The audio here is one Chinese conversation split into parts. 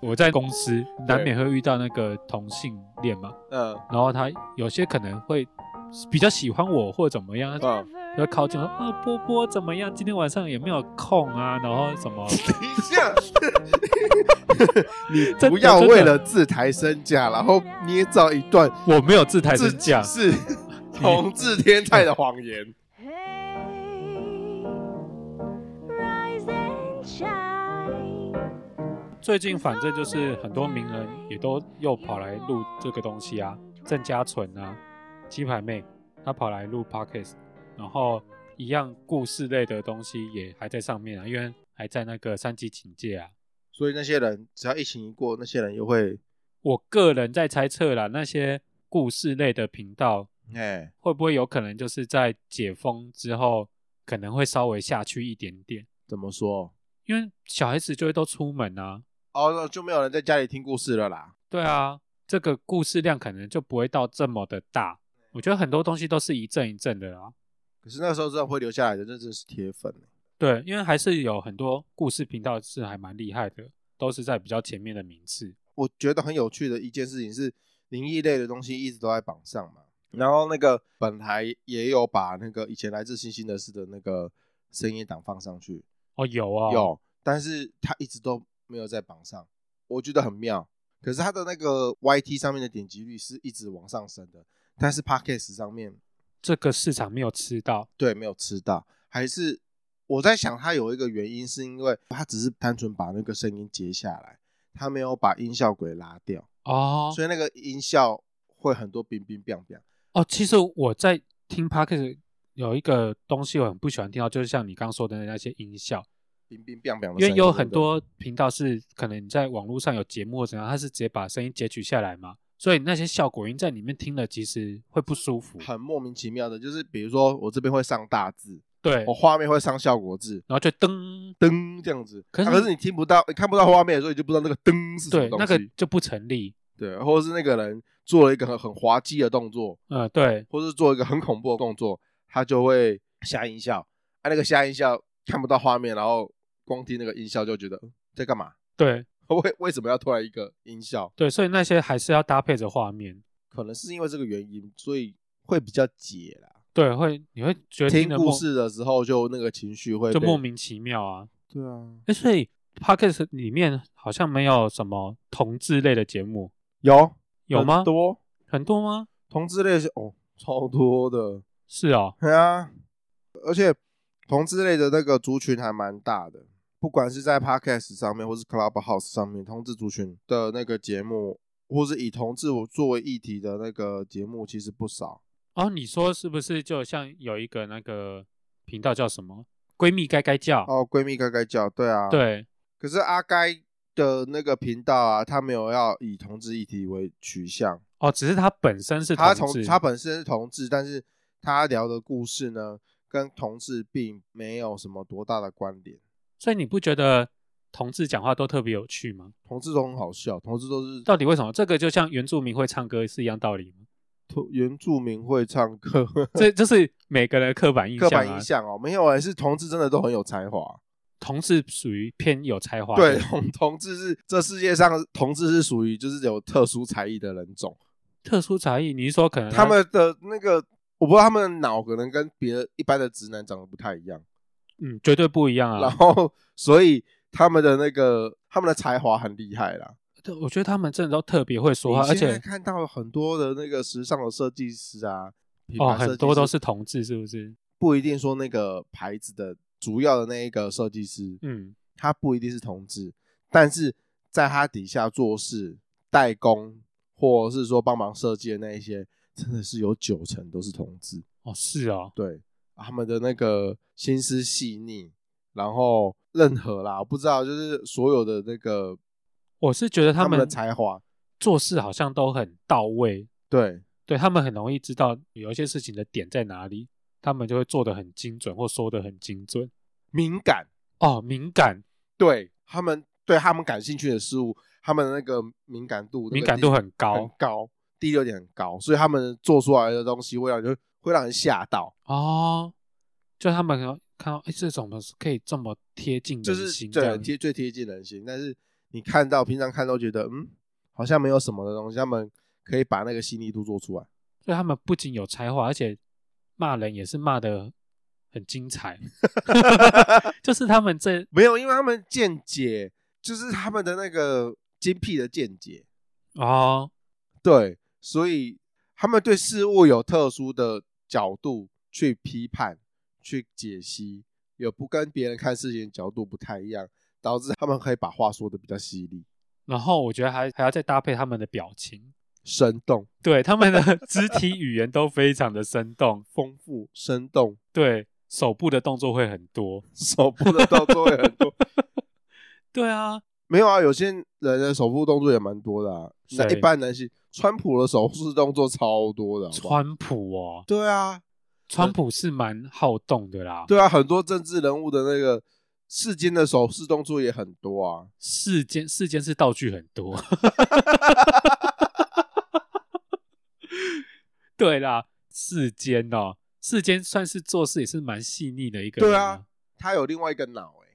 我在公司难免会遇到那个同性恋嘛，嗯然后他有些可能会比较喜欢我或者怎么样，他嗯，就会靠近我说啊波波怎么样，今天晚上有没有空啊？然后什么等一下， 你真的不要真的为了自抬身价，然后捏造一段我没有自抬自身己价，是 统治天泰的谎言。 Hey, rise and shine. 最近反正就是很多名人也都又跑来录这个东西啊，郑嘉纯啊，鸡排妹，她跑来录 podcast，然后一样故事类的东西也还在上面啊，因为还在那个三级警戒啊。 所以那些人只要疫情一过，那些人又会我个人在猜测啦，那些故事类的频道哎，会不会有可能就是在解封之后，可能会稍微下去一点点，怎么说？因为小孩子就会都出门啊，哦，那就没有人在家里听故事了啦。对啊，这个故事量可能就不会到这么的大。我觉得很多东西都是一阵一阵的啦。可是那时候真的会留下来的，那真是铁粉。对，因为还是有很多故事频道是还蛮厉害的，都是在比较前面的名次。我觉得很有趣的一件事情是，灵异类的东西一直都在榜上嘛。然后那个本台也有把那个以前来自星星的事的那个声音档放上去，哦，有啊、有，但是它一直都没有在榜上，我觉得很妙。可是它的那个 YT 上面的点击率是一直往上升的，但是 Podcast 上面这个市场没有吃到，对没有吃到，还是我在想它有一个原因，是因为它只是单纯把那个声音截下来，它没有把音效轨拉掉。哦所以那个音效会很多冰冰冰冰。哦，其实我在听 podcast 有一个东西我很不喜欢听到，就是像你刚说的那些音效，冰冰冰哦冰的声音，因为有对不很对多频道是可能你在网络上有节目或怎样，它是直接把声音截取下来嘛，所以那些效果音在里面听了其实会不舒服。很莫名其妙的，就是比如说我这边会上大字，对，我画面会上效果字，然后就噔，噔这样子。可是啊可是你听不到，你看不到画面的时候，你就不知道那个噔是什么对，东那西。个就不成立。对，或者是那个人做了一个很很滑稽的动作，嗯，对，或者是做一个很恐怖的动作，他就会下音效。啊，那个下音效看不到画面，然后光听那个音效就觉得嗯在干嘛？ 对，为为什么要突然一个音效？对，所以那些还是要搭配着画面。可能是因为这个原因，所以会比较解啦。对，会你会觉得听得故莫事的时候，就那个情绪会就被莫。名其妙啊。对啊，哎，所以 podcast 里面好像没有什么同志类的节目，有有吗很？多很多吗？同志类是哦，超多的。是哦，对啊，而且同志类的那个族群还蛮大的，不管是在 Podcast 上面，或是 Clubhouse 上面，同志族群的那个节目，或是以同志作为议题的那个节目，其实不少。哦，你说是不是就像有一个那个频道叫什么“闺蜜该该叫”？哦，闺蜜该该叫，对啊，。对，可是阿该的那个频道啊，他没有要以同志议题为取向。哦，只是它本身是他同同志，他本身是同志，但是他聊的故事呢，跟同志并没有什么多大的关联。所以你不觉得同志讲话都特别有趣吗？同志都很好笑，同志都是到底为什么？这个就像原住民会唱歌是一样道理 吗？同原住民会唱 歌，这就是每个人的刻板印刻象板啊印。象哦，没有哎，是同志真的都很有才华。同志属于偏有才华的，对，同同志是这世界上同志是属于就是有特殊才艺的人种，特殊才艺。你是说可能他们的那个我不知道他们的脑可能跟别的一般的直男长得不太一样，嗯绝对不一样然啊？后所以他们的那个他们的才华很厉害啦。对我觉得他们真的都特别会说话，你啊而现在且看到很多的那个时尚的设计师啊，品哦牌很设计多师都是同志，是不是？不一定说那个牌子的主要的那一个设计师，嗯，他不一定是同志，但是在他底下做事、代工或者是说帮忙设计的那一些，真的是有九成都是同志。哦是哦，对，他们的那个心思细腻，然后任何啦，我不知道就是所有的那个我是觉得他他们的们才华，做事好像都很到位，对，对他们很容易知道有一些事情的点在哪里，他们就会做得很精准或说得很精准。敏感。哦，敏感，对他们对他们感兴趣的事物，他们的那个敏感度，那个敏感度第很很高高，第六点很高，所以他们做出来的东西会让人会让人吓到，哦，就他们可能看到哎，诶这怎么可以这么贴近就人是心？这对很样贴最贴近人心。但是你看到平常看都觉得嗯好像没有什么的东西，他们可以把那个细腻度做出来。所以他们不仅有才华，而且骂人也是骂的很精 彩，就是他们这没有，因为他们见解就是他们的那个精辟的见解，哦，对，所以他们对事物有特殊的角度去批判、去解析，有不跟别人看事情的角度不太一样，导致他们可以把话说的比较犀利、然后我觉得还还要再搭配他们的表情，生动、对他们 的肢体语言都非常的生动，丰富、生动， 对手部的动作会很多，手部的动作也很 多。对啊，没有啊，有些人的手部动作也蛮多的啊。那一谁般男性，川普的手部动作超多的好不好，川普哦，对啊，川普是蛮好动的啦，对啊，很多政治人物的那个世间的手势动作也很多啊。世间世间是道具很多， 对啦，世间哦，世间算是做事也是蛮细腻的一个人、对啊，他有另外一个脑哎、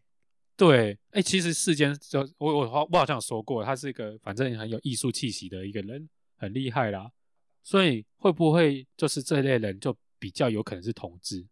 对，哎、其实世间就我我好我好像有说过，他是一个反正很有艺术气息的一个人，很厉害啦。所以会不会就是这类人就比较有可能是同志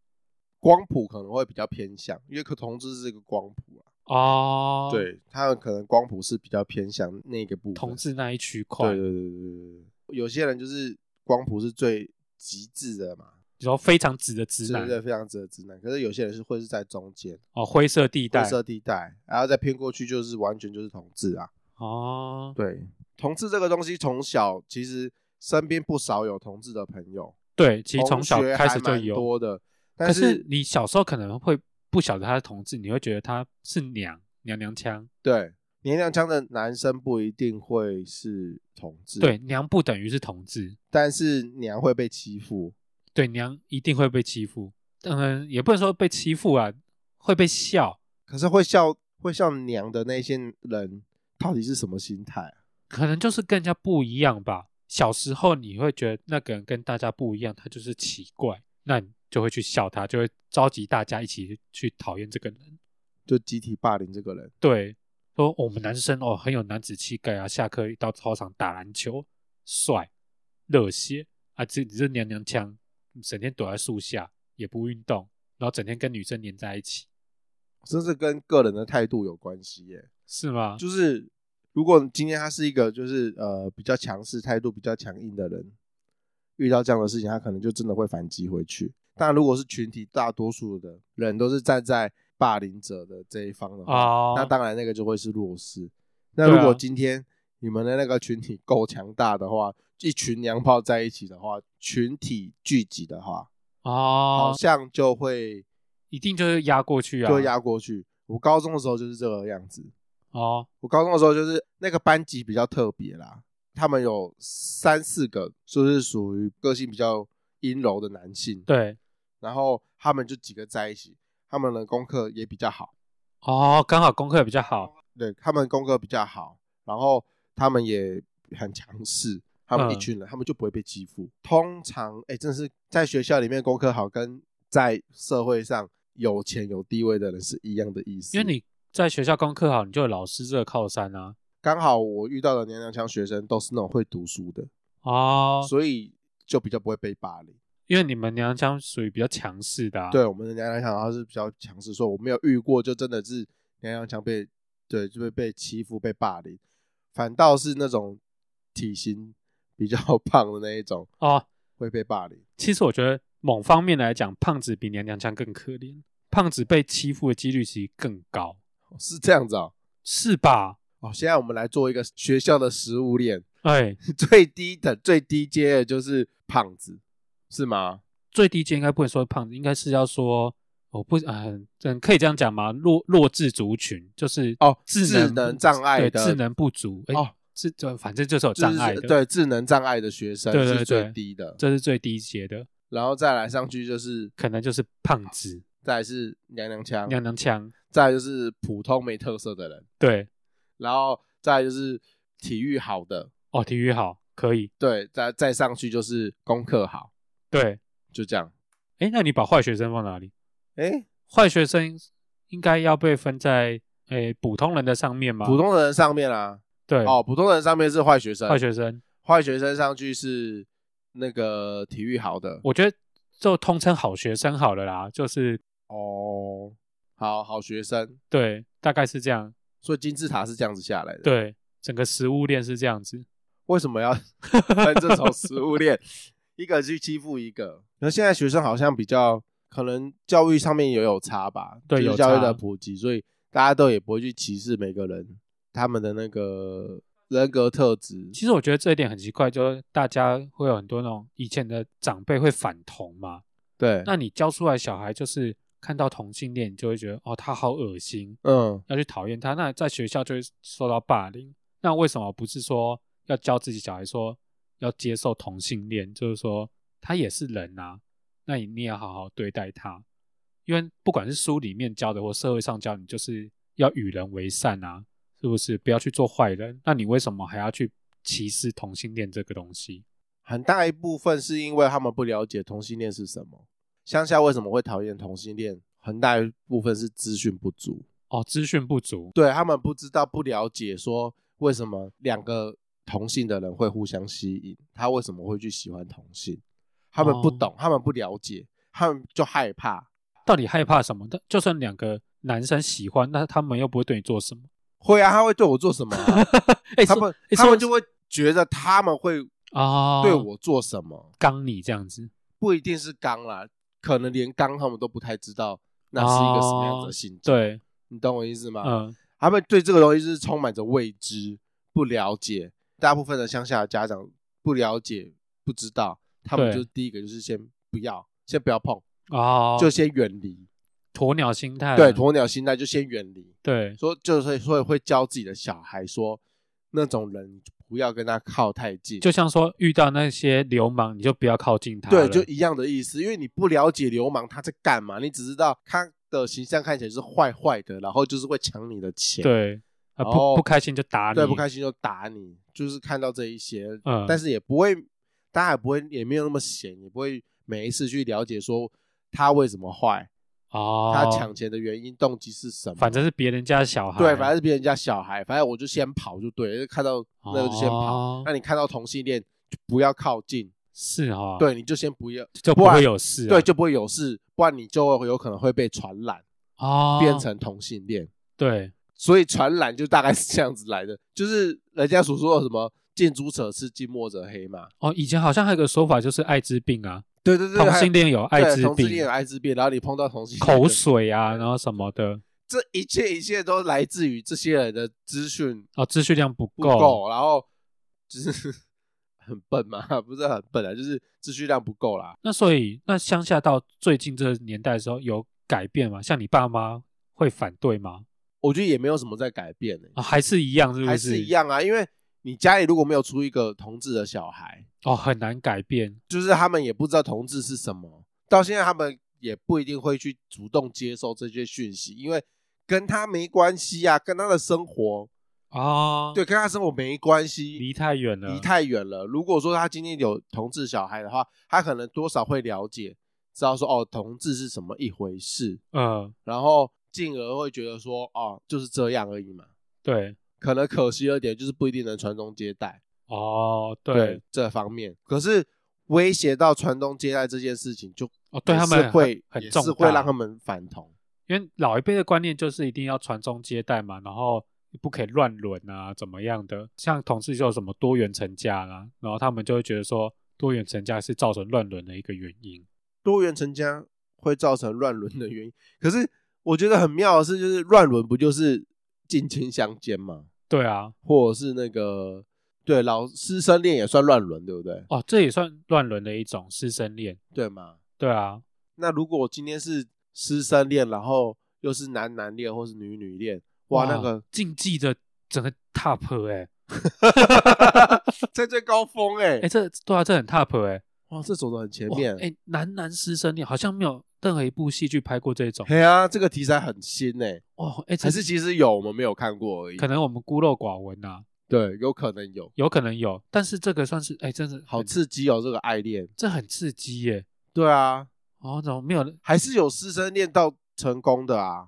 光谱可能会比较偏向，因为可同志是一个光谱啊，哦？，对，他可能光谱是比较偏向那个部分。同志那一区块，对，对对对对对对，有些人就是光谱是最极致的嘛，然后非常直的直是男一个非常值得直男。可是有些人是会是在中间哦，灰色地灰带色地带，然后再偏过去就是完全就是同志啊。哦，对，同志这个东西从小其实身边不少有同志的朋友，对，其实同从小学开还始就蛮有，多的，可但是你小时候可能会不晓得他是同志，你会觉得他是娘娘娘腔，对，娘娘腔的男生不一定会是同志，对，，娘不等于是同志，但是娘会被欺负，对娘一定会被欺负，嗯，也不能说被欺负啊，会被笑，可是会笑会笑娘的那些人到底是什么心态啊、可能就是跟人家不一样吧。小时候你会觉得那个人跟大家不一样，他就是奇怪，那你就会去笑他，就会召集大家一起去讨厌这个人。就集体霸凌这个人，对，说、哦我们男生哦很有男子气概啊，下课到操场打篮球，帅，热血啊，这你这娘娘腔，整天躲在树下也不运动，然后整天跟女生黏在一起，这是跟个人的态度有关系耶。是吗？就是如果今天他是一个就是呃比较强势、态度比较强硬的人，遇到这样的事情，他可能就真的会反击回去。但如果是群体，大多数的人都是站在霸凌者的这一方的话，哦那当然那个就会是弱势。啊那如果今天你们的那个群体够强大的话，一群娘炮在一起的话，群体聚集的话，好哦，像就会一定就是压过去啊，就会压过去。我高中的时候就是这个样子，哦，我高中的时候就是那个班级比较特别啦，他们有三四个就是属于个性比较阴柔的男性，对，然后他们就几个在一起，他们的功课也比较好，哦，刚好功课比较好，对他们功课比较好，然后他们也很强势，他们一嗯群人、他们就不会被欺负。通常，哎，真的是在学校里面功课好，跟在社会上有钱有地位的人是一样的意思，因为你在学校功课好，你就有老师这个靠山啊。刚好我遇到的娘娘腔学生都是那种会读书的。哦，所以就比较不会被霸凌。因为你们娘腔属于比较强势的、啊，对，我们的娘娘腔好像是比较强势，说我没有遇过，就真的是娘娘腔被对就被被欺负被霸凌，反倒是那种体型比较胖的那一种哦。会被霸凌。其实我觉得某方面来讲，胖子比娘娘腔更可怜，胖子被欺负的几率其实更高，哦是这样子哦。是吧？哦，现在我们来做一个学校的食物链， 哎，最低的最低阶的就是胖子，是吗？最低阶应该不能说胖子，应该是要说。我不嗯，嗯，可以这样讲吗？弱弱智族群就是哦智智能能不障碍对的智能不足哎哦，智就反正就是有就障是碍的，对智能障碍的学生对对是对最低的，这是最低阶的，然后再来上去就是可能就是胖子、再来是娘娘腔，娘娘腔，再来就是普通没特色的人，对，然后再来就是体育好的，哦，体育好，可以，对，再再上去就是功课好，对，就这样。哎，那你把坏学生放哪里？哎，坏学生应该要被分在诶普通人的上面嘛，普通人上面啦、对哦，普通人上面是坏学生，坏学生，坏学生上去是那个体育好的我觉得就通称好学生好了啦，就是哦，好好学生，对，大概是这样，所以金字塔是这样子下来的。，对，整个食物链是这样子，为什 么要分这种食物链，一个去欺负一个？那现在学生好像比较可能教育上面也有差吧，对就是有教育差的普及，所以大家都也不会去歧视每个人他们的那个人格特质。其实我觉得这一点很奇怪，就是大家会有很多那种以前的长辈会反同嘛，对，那你教出来小孩就是看到同性恋，你就会觉得哦他好恶心，嗯，要去讨厌他，那在学校就会受到霸凌。那为什么不是说要教自己小孩说要接受同性恋？就是说他也是人啊，那你你也要好好对待他，因为不管是书里面教的或社会上教你，就是要与人为善啊，是不是？不要去做坏人。那你为什么还要去歧视同性恋这个东西？很大一部分是因为他们不了解同性恋是什么。乡下为什么会讨厌同性恋？很大一部分是资讯不足，哦，资讯不足，对他们不知道、不了解，说为什么两个同性的人会互相吸引，他为什么会去喜欢同性？他们不哦懂，他们不了解，他们就害怕，到底害怕什么？但就算两个男生喜欢，那他们又不会对你做什么。会啊，他会对我做什么啊、 哎、他说们哎他说们就会觉得他们会啊，对我做什么，刚你这样子，不一定是刚啦，可能连刚他们都不太知道那是一个什么样子的哦性质。对，你懂我意思吗？嗯，他们对这个东西是充满着未知、不了解。大部分的乡下的家长不了解、不知道，他们对就第一个就是先不要，先不要碰，哦，就先远离。鸵鸟心态啊，对，鸵鸟心态就先远离。对，说就是所以会教自己的小孩说，那种人你就不要跟他靠太近。就像说遇到那些流氓，你就不要靠近他对，了，就一样的意思，因为你不了解流氓他在干嘛，你只知道他的形象看起来是坏坏的，然后就是会抢你的钱，，对，啊然后不不开心就打你，哦对，不开心就打你，就是看到这一些，嗯但是也不会，大家也不会，也没有那么闲，也不会每一次去了解说他为什么坏，哦，他抢，钱的原因、动机是什么。反正是别人家的小孩，对，反正是别人家小孩，反正我就先跑就对了，就看到那个就先跑。哦那你看到同性恋就不要靠近，是哈，，对，你就先不要，就不不然会有事哦啊，对，就不会有事，不然你就会有可能会被传染，哦，变成同性恋。对，所以传染就大概是这样子来的，就是人家所说的什么“近朱者赤，近墨者黑”嘛。哦，以前好像还有个说法就是艾滋病啊，对对对，同还性恋有艾对滋同性恋病有，艾滋病，然后你碰到同性恋口的，水啊，然后什么的，这一切一切都来自于这些人的资讯哦，资讯量不不够，够，然后就是 很笨嘛，不是很笨啊，就是资讯量不够啦。那所以，那乡下到最近这个年代的时候有改变吗？像你爸妈会反对吗？我觉得也没有什么在改变、欸啊，还是一样，是不还是一样啊，因为你家里如果没有出一个同志的小孩，哦，很难改变就是他们也不知道同志是什么，到现在他们也不一定会去主动接受这些讯息，因为跟他没关系啊，跟他的生活，哦。对，，跟他生活没关系，离太远了，离太远了。如果说他今天有同志小孩的话，他可能多少会了解，知道说哦，同志是什么一回事，嗯，然后进而会觉得说哦，就是这样而已嘛。对，可能可惜了点，就是不一定能传宗接代。哦，对，这方面，可是威胁到传宗接代这件事情，就哦，对也他是们会很也重是会大让他们反同。因为老一辈的观念就是一定要传宗接代嘛，然后不可以乱伦啊，怎么样的？像同事就有什么多元成家啦、然后他们就会觉得说多元成家是造成乱伦的一个原因。多元成家会造成乱伦的原因，可是我觉得很妙的是，就是乱伦不就是近亲相奸吗？对啊，或者是那个对老师生恋也算乱伦，对不对？哦，这也算乱伦的一种师生恋。对吗？对啊，那如果今天是师生恋，然后又是男男恋或是女女恋，哇，那 个竞技的整个 top 哎、欸，在最高峰哎、哎、这对啊，这很 top 哎、欸，哇，这走的很前哇面哎、男男师生恋好像没有任何一部戏剧拍过这种嘿啊，这个题材很新哎、哦，哎、还这是其实有我们没有看过而已可，能我们孤陋寡闻呐、啊，对，有可能有，有可能有，但是这个算是哎、真的好很，刺激哦，这个爱恋，这很刺激耶、对啊，哦，怎么没有人还是有师生恋到成功的啊，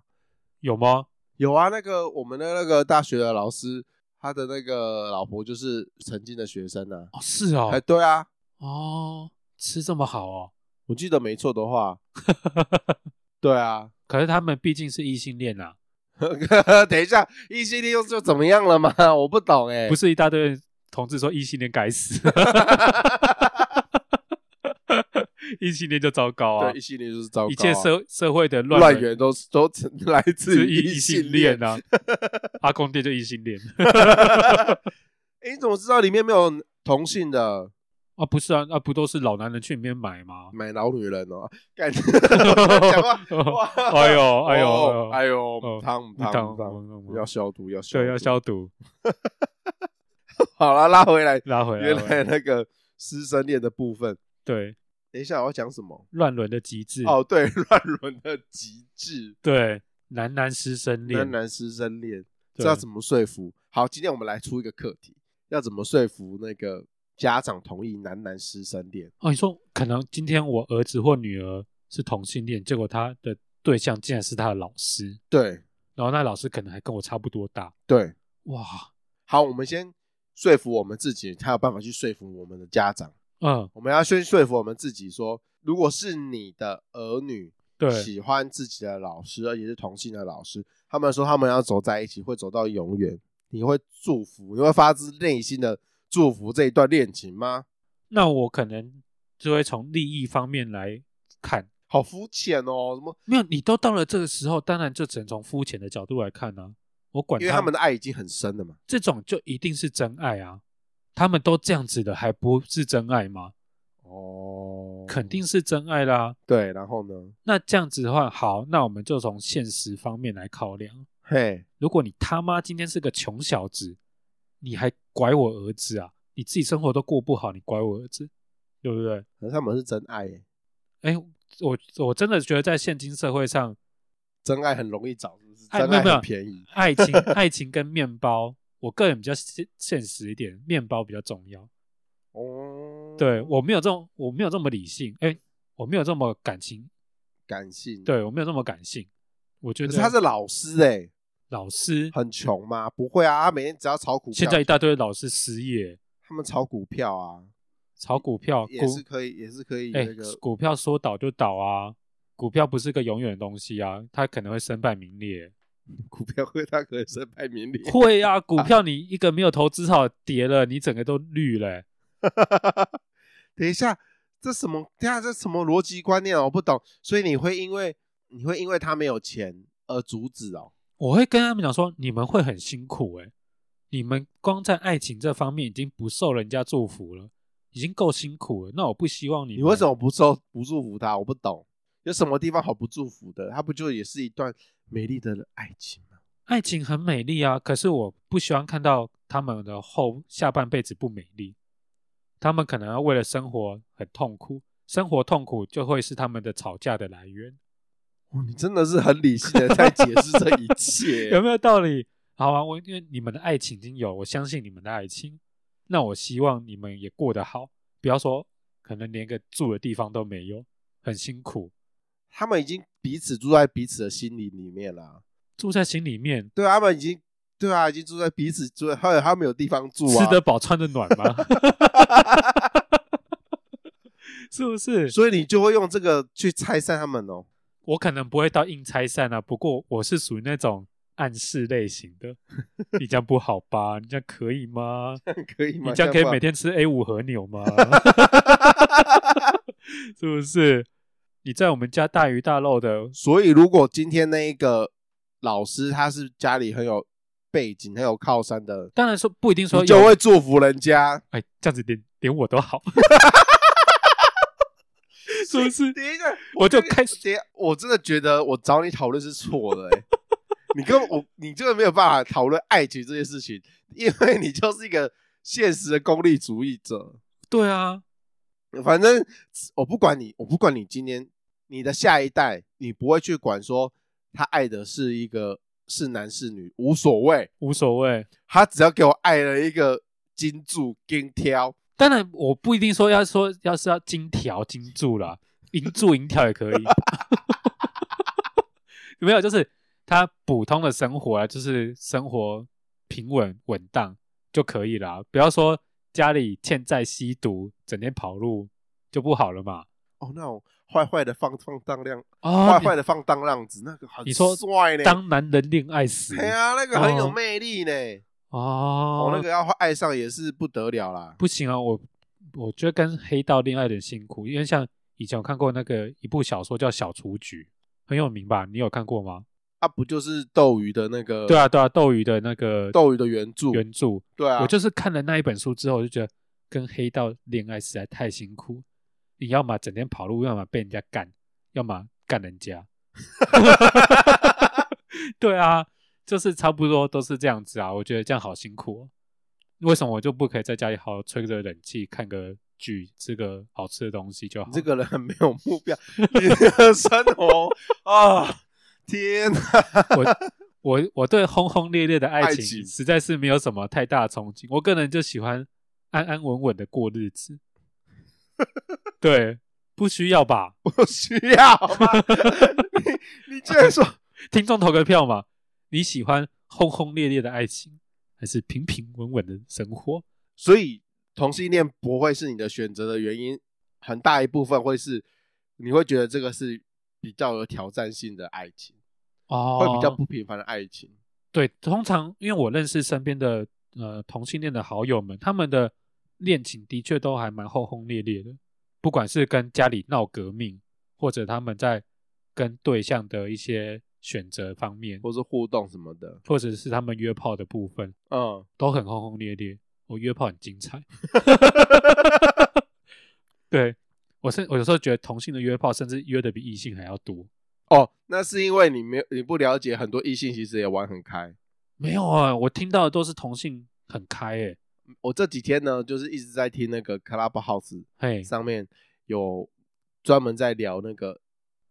有吗？有啊，那个我们的那个大学的老师，他的那个老婆就是曾经的学生啊。哦，是哦哎、，对啊，哦，吃这么好哦，我记得没错 的话，对啊。 可是他们毕竟是异性恋啊，等一下，异性恋又是怎么样了吗？我不懂哎、不是一大堆同志说异性恋该死， 异性恋就糟糕啊对，异，性恋就是糟糕啊、一切社社会的乱乱源都是都是来自是于异异性恋 恋啊，阿公店就异性恋 哎、你怎么知道里面没有同性的啊，不是啊，啊不都是老男人去里面买吗？买老女人哦？感觉 讲 话，哇哎呦哎哦呦哎呦，呦哦，汤你汤汤，懂要消毒，要消毒嗯对要。消毒， 好了，拉回来，拉回来，原拉回来那个师生恋的部分。对等一下，我要讲什么？乱伦的极致哦，对， 乱伦的极致，对男男师生恋男，男师生恋，对这要怎么说服？好，今天我们来出一个课题，要怎么说服那个家长同意男男师生恋？哦，你说可能今天我儿子或女儿是同性恋，结果他的对象竟然是他的老师，对然后那老师可能还跟我差不多大，对，哇，好，我们先说服我们自己，才有办法去说服我们的家长。嗯，我们要先说服我们自己说，如果是你的儿女对，喜欢自己的老师，而且是同性的老师，他们说他们要走在一起，会走到永远，你会祝福，你会发自内心的祝福这一段恋情吗？那我可能就会从利益方面来看，好肤浅哦，什么？没有，你都到了这个时候，当然就只能从肤浅的角度来看呢、我管因为他们的爱已经很深了嘛。这种就一定是真爱啊，他们都这样子的，还不是真爱吗？哦，肯定是真爱啦。对。然后呢？那这样子的话，好，那我们就从现实方面来考量。嘿，如果你他妈今天是个穷小子，你还拐我儿子啊？你自己生活都过不好，你拐我儿子，对不对？可是他们是真爱耶，哎，我我真的觉得在现今社会上，真爱很容易找，是不是？哎真没有爱没有很便宜。爱情爱情跟面包，我个人比较现现实一点，面包比较重要。哦，对我没有这种，我没有这么理性，哎，我没有这么感情，感性。，对我没有这么感性。我觉可得是他是老师哎，老师，很穷吗？不会啊，他每天只要炒股票，现在一大堆老师失业，他们炒股票啊，炒股票，也哦股是可以，也是可以哎、那个。股票说倒就倒啊，股票不是个永远的东西啊，它可能会身败名裂。股票会，他可能身败名裂。会啊，股票你一个没有投资好，跌了，你整个都绿了欸、 等一下，这什么？等一下这什么逻辑观念啊？我不懂。所以你会因为你会因为他没有钱而阻止哦？我会跟他们讲说，你们会很辛苦诶、你们光在爱情这方面已经不受人家祝福了，已经够辛苦了。那我不希望你你们为什么不受不祝福他？我不懂，有什么地方好不祝福的？他不就也是一段美丽的爱情吗？爱情很美丽啊，可是我不喜欢看到他们的后下半辈子不美丽。他们可能要为了生活很痛苦，生活痛苦就会是他们的吵架的来源，哦，你真的是很理性的在解释这一切有。没有道理？好啊，我因为你们的爱情已经有，我相信你们的爱情，那我希望你们也过得好，不要说可能连个住的地方都没有，很辛苦，他们已经彼此住在彼此的心灵里面了啊、住在心里面，对啊，他们已经对啊，已经住在彼此住在，还有他们有地方住啊，吃得饱穿得暖吗？ 是不是？所以你就会用这个去拆散他们哦。我可能不会到硬拆散啊，不过我是属于那种暗示类型的。你这样不好吧？你这样可以吗？可以吗？你这样可以不好每天吃 A 五和牛 吗？是不是？你在我们家大鱼大肉的，所以如果今天那一个老师他是家里很有背景、很有靠山的，当然说不一定说你就有会祝福 人家。哎，这样子连连我都 好， 是不是？等一下，我就开始等一下，我真的觉得我找你讨论是错的、欸。 你根本我你真的没有办法讨论爱情这件事情，因为你就是一个现实的功利主义者。对啊，反正我不管你，我不管你今天你的下一代，你不会去管说他爱的是一个是男是女，无所谓。无所谓。他只要给我爱了一个金柱金挑，当然，我不一定说要说要是要金条金 柱啦，银柱银条也可以。没有，就是他普通的生活啊，就是生活平稳稳当就可以啦，不要说家里欠债吸毒，整天跑路就不好了嘛。哦，那种坏坏的放放荡量，啊坏坏的放荡浪子，那个很你说帅呢，当男人恋爱时，哎呀，那个很有哦魅力呢。哦哦，，那个要爱上也是不得了啦。不行啊，我我觉得跟黑道恋爱有点辛苦，因为像以前我看过那个一部小说叫《小雏菊》，很有名吧？你有看过吗？啊，不就是斗鱼的那个？对啊，对啊，斗鱼的那个斗鱼的原著。原著，对啊，我就是看了那一本书之后，我就觉得跟黑道恋爱实在太辛苦，你要么整天跑路，要么被人家干，要么干人 家。对啊，就是差不多都是这样子啊。我觉得这样好辛苦、哦。为什么我就不可以在家里好好吹着冷气，看个剧，吃个好吃的东西就好？你这个人很没有目标，你的生活啊， 天哪！我我对轰轰烈烈的爱爱情情实在是没有什么太大的憧憬，我个人就喜欢安安稳稳的过日 子。对，不需要吧？不需要好吗？ 你你居然说听众投个票嘛，你喜欢轰轰烈烈的爱情，还是平平稳稳的生活？ 所以同性恋不会是你的选择的原因，很大一部分会是你会觉得这个是比较有挑战性的爱情，哦会比较不平凡的爱情。对。通常因为我认识身边的呃同性恋的好友们，他们的恋情的确都还蛮轰轰烈烈的，不管是跟家里闹革命，或者他们在跟对象的一些选择方面，或是互动什么的，或者是他们约炮的部分， 嗯，都很轰轰烈烈。我约炮很精彩。 对我甚我有时候觉得同性的约炮甚至约的比异性还要多。哦，那是因为你没有你不了解很多异性，其实也玩很开。没有啊，我听到的都是同性很开欸诶、我这几天呢，就是一直在听那个 Clubhouse 嘿，上面有专门在聊那个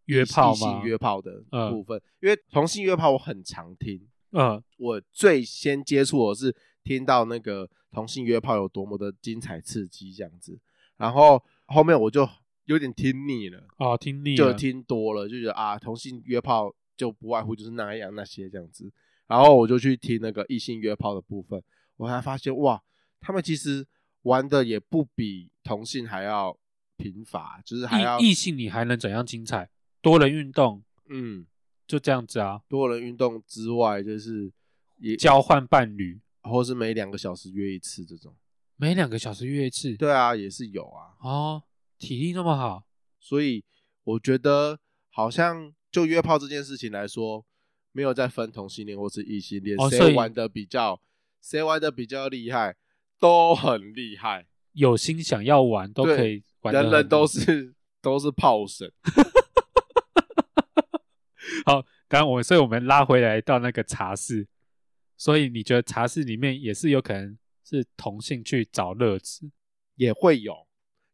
约异炮异性吗约炮的嗯部分，因为同性约炮我很常听，嗯，我最先接触我是听到那个同性约炮有多么的精彩刺激这样子，然后后面我就有点听腻了，哦，听腻就了，听多了，就觉得啊，同性约炮就不外乎就是那样那些这样子，然后我就去听那个异性约炮的部分，我才发现哇，他们其实玩的也不比同性还要贫乏，就是还要异异性你还能怎样精彩？多人运动嗯就这样子啊，多人运动之外，就是也交换伴侣，或是每两个小时约一次这种，每两个小时约一次。对啊，也是有啊。哦，体力那么好，所以我觉得好像就约炮这件事情来说，没有在分同性恋或是异性恋，哦所谁以玩的比较，谁玩的比较厉害，都很厉害，有心想要玩都对可以玩得人很。人都是都是炮神，好，刚我，所以我们拉回来到那个茶室，所以你觉得茶室里面也是有可能是同性去找乐子也会有，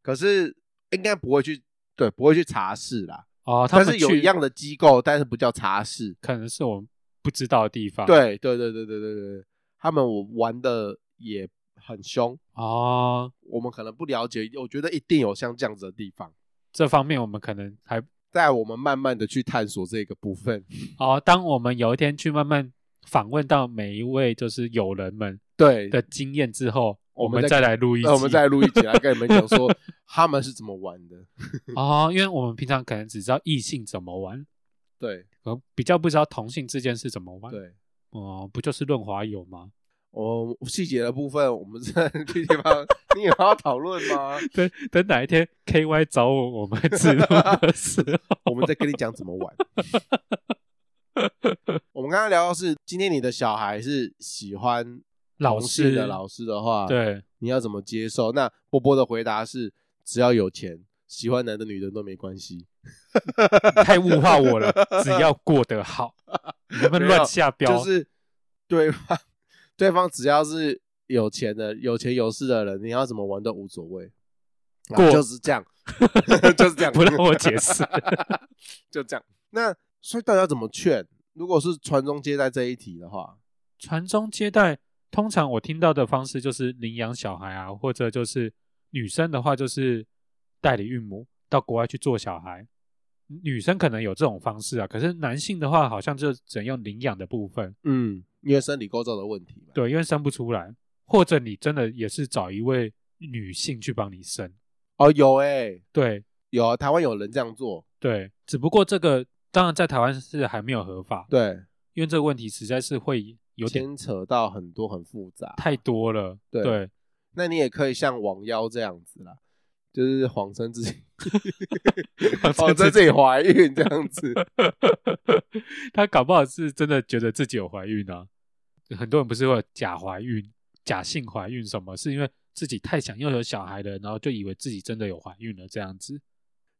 可是应该不会去，对，不会去查室啦，哦，他但们是有去一样的机构，但是不叫查室，可能是我们不知道的地方。对对对对对对对，他们我玩的也很凶。哦，我们可能不了解，我觉得一定有像这样子的地方。这方面我们可能还带我们慢慢的去探索这个部分。哦，当我们有一天去慢慢访问到每一位就是友人们 对，的经验之后，我我们们再呃再来录一集。那我们再录一集来跟你们讲 说他们是怎么玩的。哦，因为我们平常可能只知道异性怎么玩，对可比较不知道同性之间是怎么玩。，对，哦，不就是润滑油吗？ 我细节的部分我们在这地方，你有要讨论 吗？等等哪一天 K Y 找我，我们自录 的时候，我们再跟你讲怎么 玩。我们刚刚聊到是，今天你的小孩是喜欢老同师性的老师的话，，对，你要怎么接受？那波波的回答是，只要有钱，喜欢男的女的都没关系。太物化我了。只要过得 好，你能不能没有乱下标？就是 对方对方只要是有钱的、有钱有势的人，你要怎么玩都无所谓，啊过就是 这样，就是这样，不让我解释， 就这样。那所以到底要怎么劝？如果是传宗接代这一题的话，传宗接代，通常我听到的方式就是领养小孩啊，或者就是女生的话就是代理孕母到国外去做小孩，女生可能有这种方式啊，可是男性的话好像就只能用领养的部分，嗯，因为生理构造的问题嘛。对，因为生不出来，或者你真的也是找一位女性去帮你生，哦，有哎、对有啊台湾有人这样做，对，只不过这个当然在台湾是还没有合法，对，因为这个问题实在是会有点牵扯到很多很复杂。太多了，对 对那你也可以像网妖这样子啦，就是谎称自己 谎谎称称自自己怀孕哦这样子。 他搞不好是真的觉得自己有怀孕啊。很多人不是会有假怀孕、假性怀孕什么，是因为自己太想要有小孩了，然后就以为自己真的有怀孕了这样子。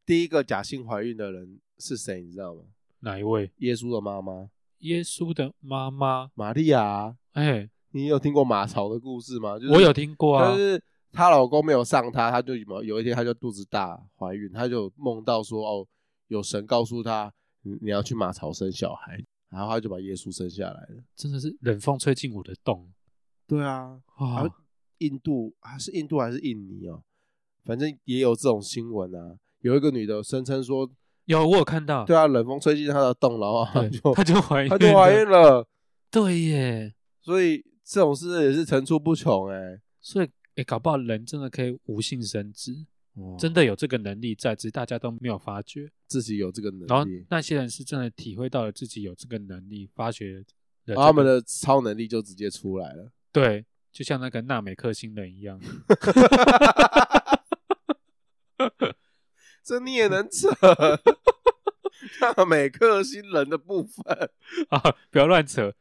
第一个假性怀孕的人是谁？你知道吗？哪一位？耶稣的妈妈耶稣的妈妈？玛利亚啊。哎，你有听过马槽的故事吗？就是我有听过啊就。是她老公没有上她，她就有有一天她就肚子大怀孕，她就梦到说哦，有神告诉她你你要去马槽生小孩，然后她就把耶稣生下来了。真的是冷风吹进我的洞对啊，然啊后！印度还是印度还是印尼哦，反正也有这种新闻啊。有一个女的声称说，有我有看到，对啊，冷风吹进她的洞，然后她对，就 她就怀孕，她就怀孕，了，对耶。所以这种事也是层出不穷哎、所以，哎，搞不好人真的可以无性生殖，哇真的有这个能力在，只是大家都没有发觉。哦自己有这个然后能力，那些人是真的体会到了自己有这个能力，发觉了这然个啊后他们的超能力就直接出来 了。对，就像那个纳美克星人一样， 这你也能 扯？那每克星人的部分。啊，不要乱扯。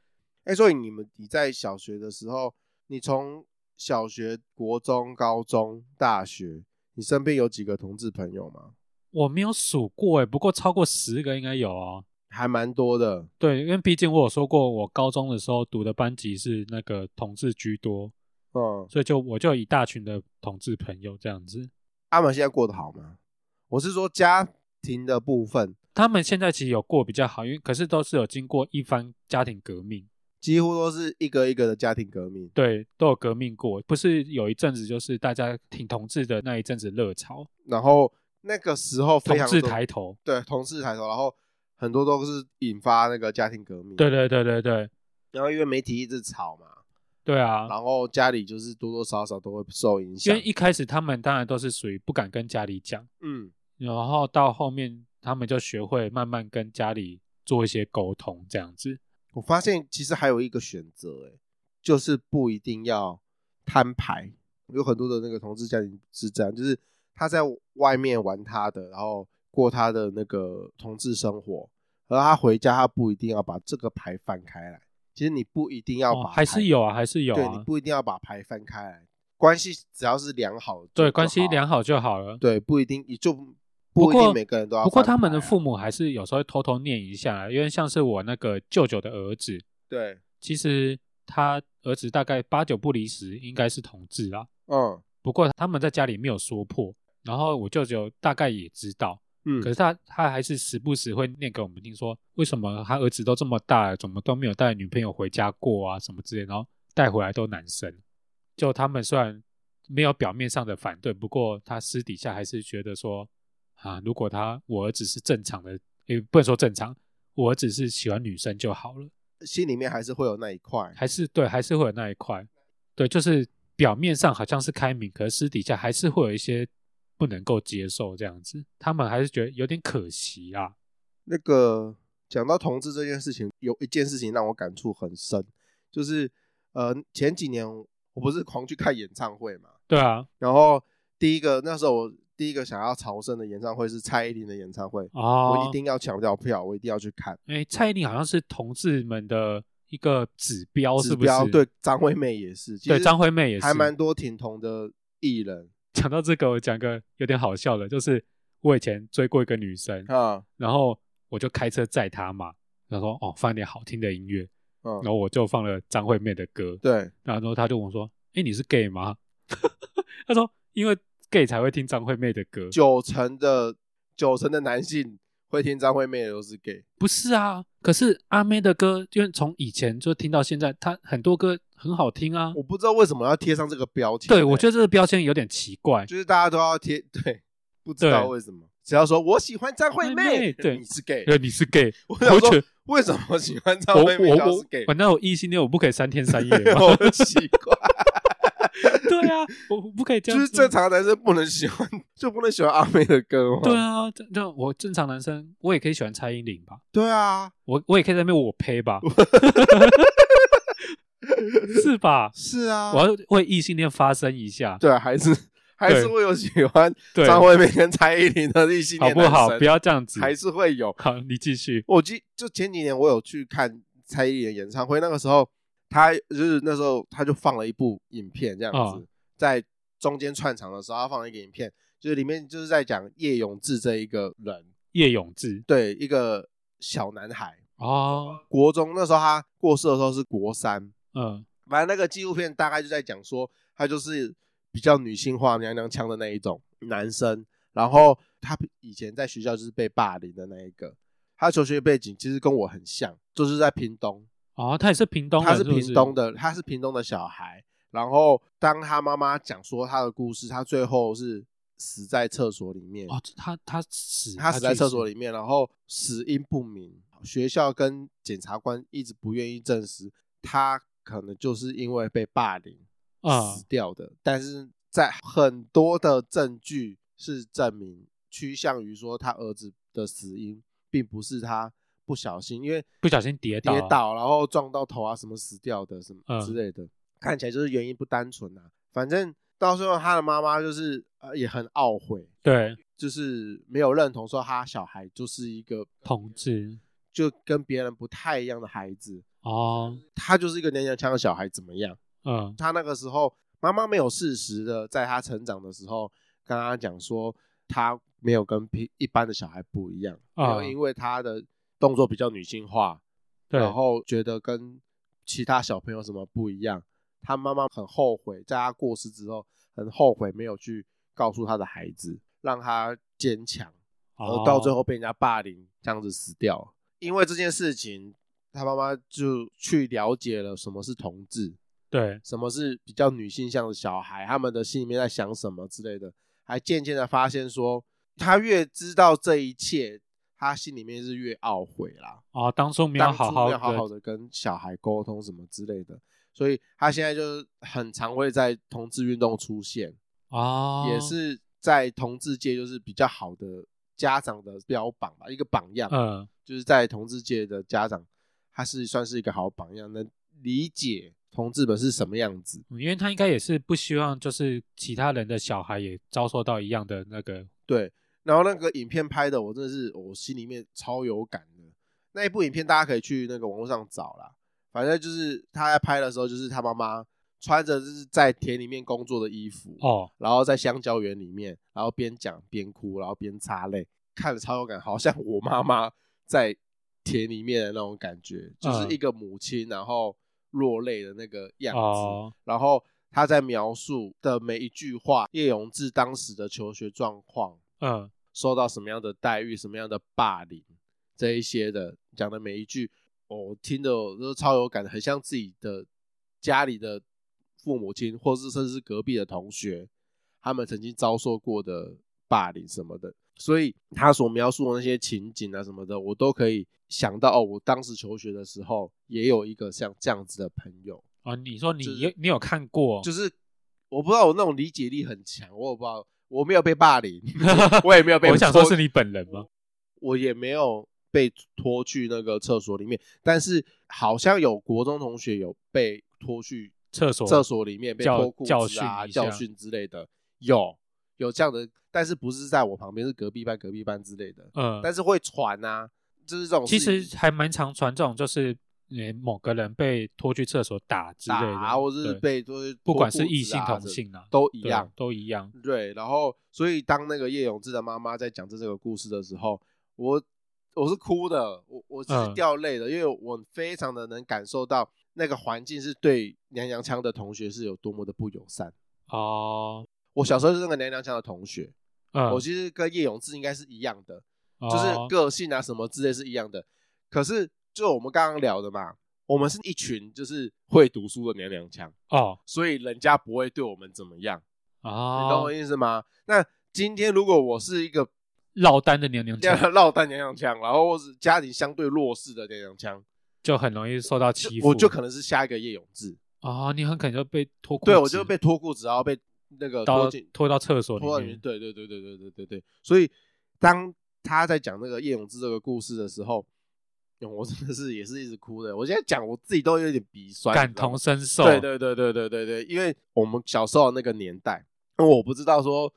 哎、所以你们你在小学的时候，你从小学、国中、高中、大学，你身边有几个同志朋友吗？我没有数过哎，不过超过十个应该有哦。还蛮多的。对，因为毕竟我有说过，我高中的时候读的班级是那个同志居多，嗯，所以就我就有一大群的同志朋友这样子。阿满现在过得好吗？我是说家庭的部分，他们现在其实有过比较好，因为可是都是有经过一番家庭革命，几乎都是一个一个的家庭革命。对，都有革命过。不是有一阵子就是大家挺同志的那一阵子热潮，然后那个时候非同常志多嗯抬头，对同志抬头，然后很多都是引发那个家庭革命。对，对对对对然后因为媒体一直吵嘛，对啊！然后家里就是多多少少都会受影因响为。一开始他们当然都是属于不敢跟家里讲，嗯，然后到后面他们就学会慢慢跟家里做一些沟通，这样子。我发现其实还有一个选择，哎，就是不一定要摊牌。有很多的那个同志家庭是这样，就是他在外面玩他的，然后过他的那个同志生活，而他回家他不一定要把这个牌翻开来。其实你不一定要哦把牌、还是有啊，还是有对你啊，不一定要把牌翻开来，关系只要是良好就，对就关系好良好就好了。对，不一定，也就不不一过定每个人都要翻牌啊、不过他们的父母还是有时候会偷偷念一下啦，因为像是我那个舅舅的儿子，对，其实他儿子大概八九不离十，应该是同志啦。嗯不过他们在家里没有说破，然后我舅舅大概也知道，嗯，可是他他还是时不时会念给我们听说，为什么他儿子都这么大了，怎么都没有带女朋友回家过啊什么之类，然后带回来都男生。就他们虽然没有表面上的反对，不过他私底下还是觉得说，啊，如果他我儿子是正常的，也不能说正常，我儿子是喜欢女生就好了，心里面还是会有那一块，还是对，还是会有那一块，对，就是表面上好像是开明，可是私底下还是会有一些不能够接受这样子，他们还是觉得有点可惜啊。那个讲到同志这件事情，有一件事情让我感触很深，就是呃前几年我不是狂去看演唱会嘛，对啊，然后第一个那时候我第一个想要朝圣的演唱会是蔡依林的演唱会，哦，我一定要抢到票，我一定要去看。哎，蔡依林好像是同志们的一个指标，指哦是不是标？对张惠妹也是，其对实张惠妹也是还蛮多挺同的艺人 讲到这个，我讲个有点好笑的，就是我以前追过一个女生，啊，然后我就开车载她嘛，然后说哦放一点好听的音乐，嗯然，后我就放了张惠妹的歌，对，然后她就问我说：“哎，你是 gay 吗？” 她说：“因为 gay 才会听张惠妹的歌。”九成的九成的男性会听张惠妹的都是 gay，不是啊，可是阿妹的歌，因为从以前就听到现在，她很多歌很好听啊。我不知道为什么要贴上这个标签欸。对，我觉得这个标签有点奇怪。就是大家都要贴，对，不知对道为什么。只要说我喜欢张惠惠妹，妹对你是 gay。对，你是 gay， 我想我说觉得为什么喜欢张我惠妹我要是 gay？我，那我异性恋我不可以三天 三夜吗？我很奇怪，对啊，我我不可以 这就样是子，正常男生不能喜欢，就不能喜欢阿妹的歌吗？对啊，这这我正常男生我也可以喜欢蔡依林吧，对啊，我我也可以在那边我呸 吧，是吧？是啊，我要为异性恋发声一下，对啊，还是还是会有喜欢对，张惠妹跟蔡依林的异性好恋不男好？生不要这样子，还是会有。好，你继续。我记就前几年我有去看蔡依林的演唱会，那个时候她就是那时候她就放了一部影片这样子，嗯在中间串场的时候，她放了一个影片，就是里面就是在讲叶永志这一个人，叶永志对，一个小男孩，哦，国中那时候他过世的时候是国三，嗯反正那个纪录片大概就在讲说，他就是比较女性化、娘娘腔的那一种男生，然后他以前在学校就是被霸凌的那一个。他求学背景其实跟我很像，就是在屏东，哦，他也是屏东人，他是不屏东的，他是屏东的小孩。然后当他妈妈讲说他的故事，他最后是死在厕所里面，哦，他他死，他死在厕所里，里面，然后死因不明。学校跟检察官一直不愿意证实，他可能就是因为被霸凌啊死掉的，但是在很多的证据是证明趋向于说他儿子的死因并不是他不小心，因为不小心跌倒跌倒然后撞到头啊什么死掉的什么嗯之类的，看起来就是原因不单纯啊。反正到最后他的妈妈就是呃也很懊悔，对，就是没有认同说他小孩就是一个同志就跟别人不太一样的孩子，哦，他就是一个娘娘腔的小孩怎么样？嗯他那个时候妈妈没有适时的在他成长的时候跟他讲说他没有跟平一般的小孩不一样，啊然后因为他的动作比较女性化，对，然后觉得跟其他小朋友什么不一样，他妈妈很后悔，在他过世之后很后悔没有去告诉他的孩子，让他坚强。然哦后到最后被人家霸凌，这样子死掉。因为这件事情，他妈妈就去了解了什么是同志，对什么是比较女性向的小孩，他们的心里面在想什么之类的，还渐渐的发现说，他越知道这一切，他心里面是越懊悔啦。哦，当初没有当好初好没有好好的的跟小孩沟通什么之类的，所以他现在就是很常会在同志运动出现。哦，也是在同志界就是比较好的家长的标榜吧，一个榜样，嗯就是在同志界的家长，他是算是一个好榜样，能理解同志们是什么样子。嗯，因为他应该也是不希望就是其他人的小孩也遭受到一样的那个对，然后那个影片拍的，我真的是我心里面超有感的。那一部影片大家可以去那个网络上找啦，反正就是他在拍的时候，就是他妈妈穿着就是在田里面工作的衣服，哦，然后在香蕉园里面，然后边讲边哭，然后边擦泪，看了超有感，好像我妈妈在田里面的那种感觉，嗯就是一个母亲然后落泪的那个样子。哦，然后她在描述的每一句话，叶永志当时的求学状况，嗯受到什么样的待遇，什么样的霸凌，这一些的讲的每一句，哦我听的我都超有感，很像自己的家里的父母亲，或是甚至是隔壁的同学，他们曾经遭受过的霸凌什么的。所以他所描述的那些情景啊什么的，我都可以想到哦，我当时求学的时候也有一个像这样子的朋友，哦，你说你就是有你有看过，就是我不知道我那种理解力很强，我也不知道我没有被霸凌， 我也没有被我想说说是你本人吗？我也没有被拖去那个厕所里面，但是好像有国中同学有被拖去厕所厕所里面被教脱裤子啊、教训一下教训之类的，有有这样的，但是不是在我旁边，是隔壁班、隔壁班之类的，嗯，但是会传啊，就是这种其事情实还蛮常传这种，就是呃某个人被拖去厕所打之类打的，啊，或是对被就是脱不管是裤子异性啊同这性啊，都一一样，都一样。对，然后所以当那个叶永志的妈妈在讲这这个故事的时候，我我是哭的，我我是嗯掉泪的，因为我非常的能感受到那个环境是对娘娘腔的同学是有多么的不友善。哦，我小时候是那个娘娘腔的同学，嗯，我其实跟叶永志应该是一样的，就哦是个性啊什么之类是一样的。可是就我们刚刚聊的嘛，我们是一群就是会读书的娘娘腔，哦所以人家不会对我们怎么样。你懂我哦，意思吗？那今天如果我是一个落单的娘娘这样腔，落单娘娘腔，然后或是家庭相对弱势的娘娘腔，就很容易受到欺负。我就可能是下一个叶永志，啊、你很可能就被脱裤子，对我就被脱裤子，然后被那个到拖进拖到厕所里拖到里面面。对对对对对对对对。所以当他在讲那个叶永志这个故事的时候，嗯我真的是也是一直哭的。我现在讲我自己都有点鼻酸，感你知道吗同身受，对对对对对对对，因为我们小时候那个年代，因为我不知道说，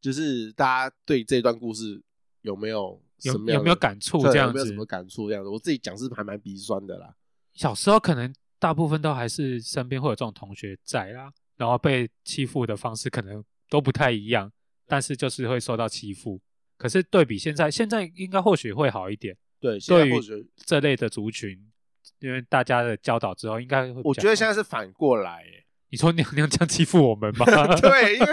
就是大家对这段故事有没有有什么样有没有的感触对这样有没有子什？么感触这样子？我自己讲是还蛮鼻酸的啦。小时候可能大部分都还是身边会有这种同学在啦，然后被欺负的方式可能都不太一样，但是就是会受到欺负。可是对比现在，现在应该或许会好一点，对，现在对于或许这类的族群，因为大家的教导之后，应该会比较好。我觉得现在是反过 来、欸，你说娘娘这样欺负我们 吗？对，因为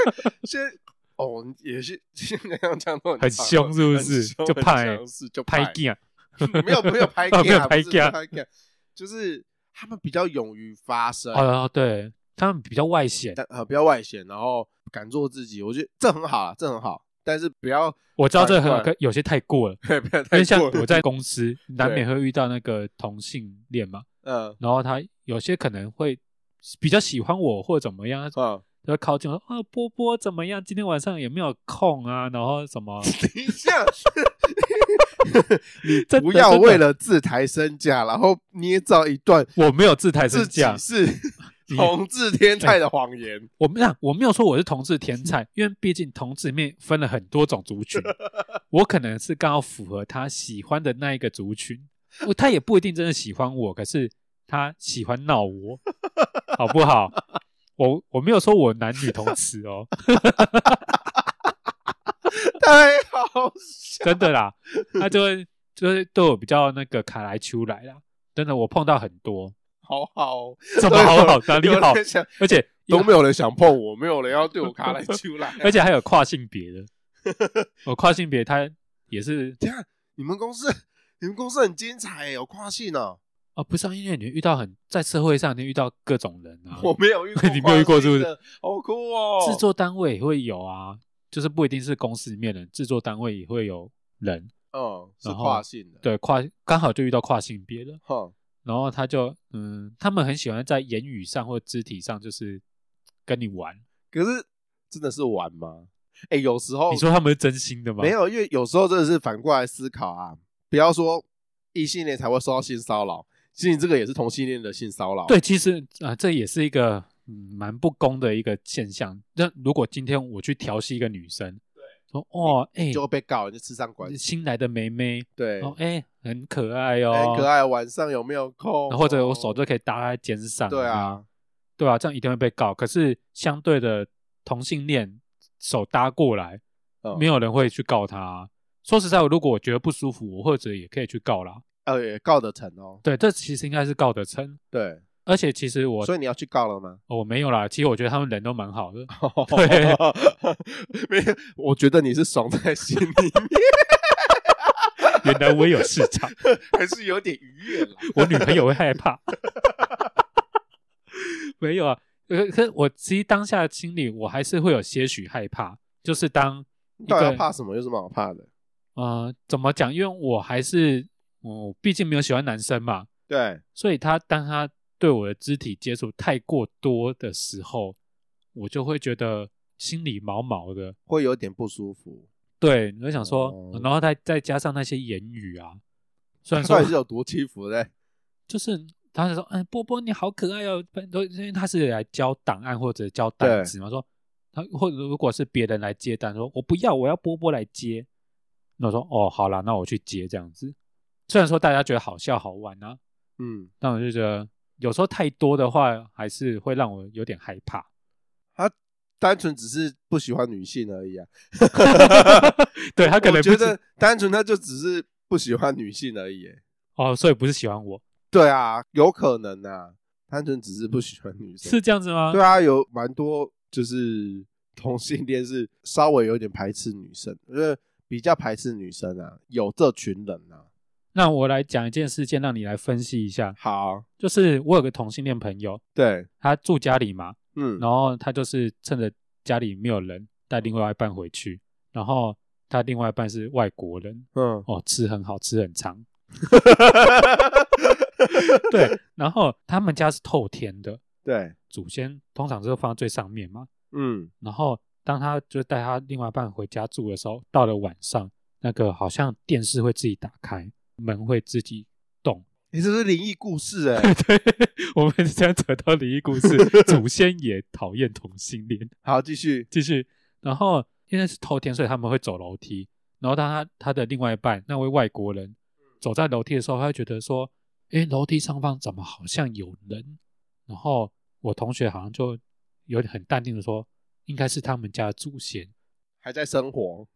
现在哦，也是现在这样讲都很常凶是不很是凶就很派强势就拍镜，啊没有没有拍 哦没有架，拍不是没有架拍架，就是他们比较勇于发声，哦，对他们比较外显，但呃不要外显，然后敢做自己，我觉得这很好啊，这很好。但是不要 我知道这反很过来有些太过 了。不要因太为像过我分，在公 司，难免会遇到那个同性恋嘛，嗯然后他有些可能会比较喜欢我或者怎么样，他 嗯，就会靠近我说啊，波波怎么样？今天晚上有没有空啊？然后什 么？等一 下，真的不要真的为了自抬身价，然后捏造一段我没有自抬身自己价，是你 同 志天才的谎言。我没有，我没有说我是同志天才，因为毕竟同志里面分了很多种族 群，我可能是刚好符合他喜欢的那一个族群，我他也不一定真的喜欢我，可是他喜欢闹我，好不好？我我没有说我男女同吃 哦，太好笑，真的啦，他就会就是对我比较那个卡来秋来啦，真的我碰到很多，好好哦，怎么好好哪有里人好，想而且都没有人想碰我，没有人要对 我卡来出来。而且还有跨性别 的，我跨性别他也是这样，你们公司你们公司很精彩耶，有跨 性哦。啊，不是、啊，因为你遇到很在社会上，你遇到各种人啊，我没有遇过，你没有遇过是不是？好酷哦！制作单位也会有啊，就是不一定是公司里面的人，制作单位也会有人，嗯是然后跨性的，，对跨刚好就遇到跨性别的，哼，然后他就嗯，他们很喜欢在言语上或肢体上就是跟你玩。可是真的是玩吗？哎，有时候你说他们是真心的吗？没，有，因为有时候真的是反过来思考啊，不要说异性恋才会受到性骚扰，其实你这个也是同性恋的性骚扰。对，其实啊、呃这也是一个嗯蛮不公的一个现象。那如果今天我去调戏一个女生，对，说哦，哎、就会被告，你就吃上管。新来的妹妹，对，哦，哎、很可爱哦，很可爱。晚上有没有空？然后或者我手就可以搭在肩上。哦对啊，，对啊，这样一定会被告。可是相对的，同性恋手搭过来，嗯没有人会去告他啊。说实在，如果我觉得不舒服，我或者也可以去告啦。呃也告得成哦。对，这其实应该是告得成。对，而且其实我哦所以你要去告了吗？我没有啦，其实我觉得他们人都蛮好的。 对， 没有，我觉得你是爽在心 里面，原来我有市场，还是有点愉悦啦。我女朋友会害怕。 没有啊，可可我其实当下心里我还是会有些许害怕，就是当你一到底个要怕什么？有什么好怕的？呃，怎么讲？因为我还是我毕竟没有喜欢男生嘛，对，所以他当他对我的肢体接触太过多的时候，我就会觉得心里毛毛的。会有点不舒服。对，你会想说，哦然后再再加上那些言语 啊，虽他然说到底是有多欺负嘞？就是他就说，哎，波波你好可爱哦，都因为他是来交档案或者交单子嘛，说他或者如果是别人来接单，说我不要，我要波波来接，那我说哦，好啦，那我去接这样子。虽然说大家觉得好笑好玩啊，嗯，但我就觉得有时候太多的话，还是会让我有点害怕。他单纯只是不喜欢女性而已啊。对他可能不我觉是得单纯他就只是不喜欢女性而已耶。哦，所以不是喜欢我，对啊，有可能啊，单纯只是不喜欢女生。是这样子吗？对啊，有蛮多就是同性恋是稍微有点排斥女生，就是比较排斥女生啊，有这群人啊。那我来讲一件事件，让你来分析一下。好，就是我有个同性恋朋友，对，他住家里嘛，嗯，然后他就是趁着家里没有人带另外一半回去，然后他他另外一半是外国人，嗯， 哦，吃很好吃很长，对，然后他们家是透天的，对，祖先通常是放在最上面嘛，嗯，然后当他就带他另外一半回家住的时候，到了晚上，那个好像电视会自己打开，门会自己动。 你这是灵异故事哎、对， 我们现在扯到灵异故事，祖先也讨厌同性恋。好，继续，继续，然后因为是偷天，所以他们会走楼梯。然后当他他的另外一半那位外国人走在楼梯的时候，他会觉得说：“诶，楼梯上方怎么好像有人？”然后我同学好像就有点很淡定的说：“应该是他们家的祖先。还在生活，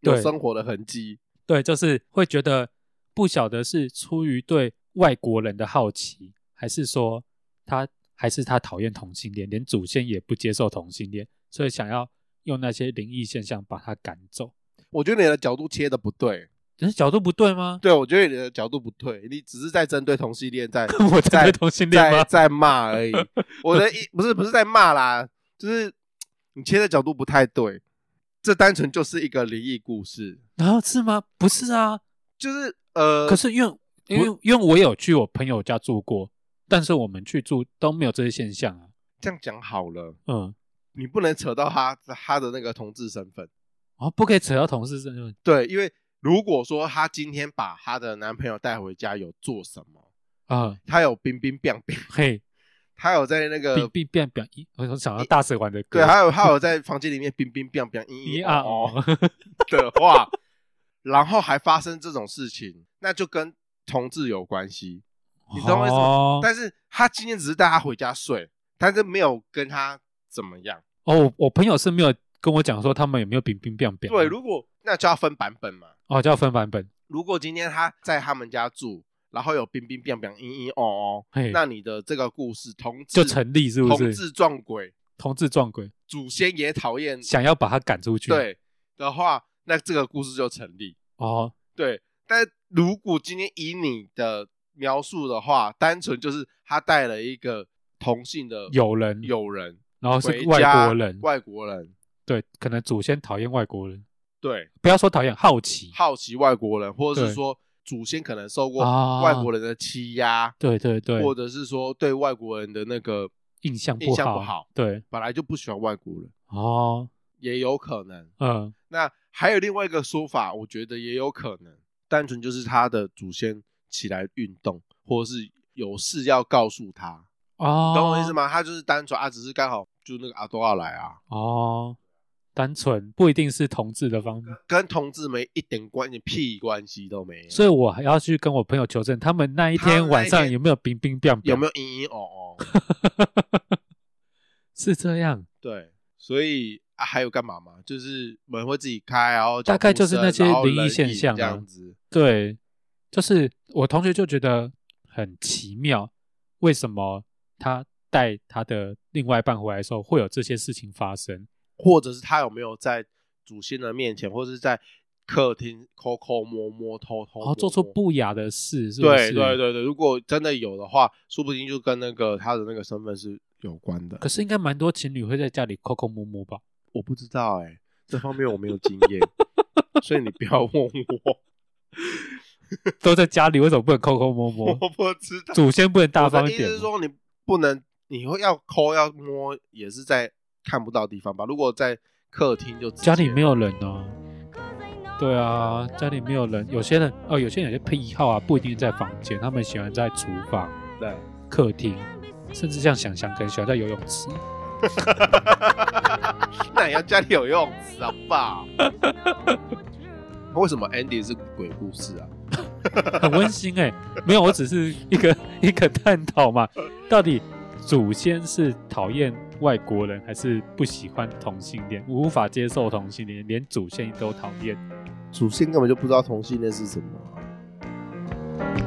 有对生活的痕迹，”对，就是会觉得不晓得是出于对外国人的好奇，还是说他还是他讨厌同性恋，连祖先也不接受同性恋，所以想要用那些灵异现象把他赶走。我觉得你的角度切的不对，可是角度不对吗？对我觉得你的角度不对，你只是在针对同性恋 在我针在对同性恋在吗？在骂 而已。我的意不是不是在骂啦，就是你切的角度不太对，这单纯就是一个灵异故事，然后是吗？不是啊。就是呃，可是因为因为因为我有去我朋友家住过，但是我们去住都没有这些现象啊。这样讲好了，嗯，你不能扯到他他的那个同志身份，哦，不可以扯到同事身份。对，因为如果说她今天把她的男朋友带回家有做什么，啊。她有冰冰冰冰，嘿，她有在那个变变变变一，我想到大蛇丸的歌。呃对，啊还有还有在房间里面冰冰冰冰一嘤啊嘤哦哦哦， 的话，然后还发生这种事情，那就跟同志有关系。你懂我意思吗哦但是她今天只是带她回家睡，但是没有跟她怎么样。哦，我我朋友是没有跟我讲说他们有没有冰冰变变。对，如果那就要分版本嘛。哦，叫分版本。如果今天她在他们家住，然后有冰冰冰冰嘤嘤哦哦，嘿，那你的这个故事同志就成立是不同是？志撞鬼，同志撞鬼，祖先也讨厌，想要把他赶出去。，对的话，那这个故事就成立。哦，对，但如果今天以你的描述的话，单纯就是他带了一个同性的有人，友人然后是回外家，国人，外国人对，可能祖先讨厌外国人，对不要说讨厌，好奇。好奇外国人，或者是对说祖先可能受过啊外国人的欺压，对对对，或者是说对外国人的那个印象印不象好，不好，对，本来就不喜欢外国人，哦，也有可能。嗯，那还有另外一个说法，我觉得也有可能，单纯就是他的祖先起来运动，或者是有事要告诉他。哦，懂我意思吗？吗？他就是单纯啊，只是刚好就那个阿多要来啊，哦，单纯不一定是同志的方面，跟同志没一点关系，屁关系都没有。所以我还要去跟我朋友求证，他们那一他们天那晚一上天有没有冰冰冰有没有？有隐隐哦哦？ 是这样，对，所以、啊、还有干嘛吗？就是门会自己开，然后大概脚步就是那些声然后灵异人现影象啊这样子。对，就是我同学就觉得很奇妙，为什么他带他的另外一半回来的时候会有这些事情发生？或者是他有没有在祖先的面前，或者是在客厅抠抠摸摸、偷偷摸然摸后哦做出不雅的事，是不哦对是？对对对，如果真的有的话，说不定就跟那个他的那个身份是有关的可。是应该蛮多情侣会在家里抠抠摸摸吧？ 我不知道哎、这方面我没有经验，所以你不要问我，都在家里，为什么不能抠抠摸摸？ 我不知道。祖先不能大我方的一意思点是吗？说，你不能，你会要抠要摸，也是在看不到的地方吧？如果在客厅就直接家里没有人哦。对啊，家里没有人，有些人哦，有些人有些癖好啊，不一定在房间，他们喜欢在厨房、对，客厅，甚至像想想可能喜欢在游泳 池。那也要家里有游泳池好不好？为什么 Andy 是鬼故事啊？很温馨哎、没有，我只是一个 一个探讨嘛，到底祖先是讨厌外国人，还是不喜欢同性恋，无法接受同性恋，连祖先都讨厌？祖先根本就不知道同性恋是什么啊、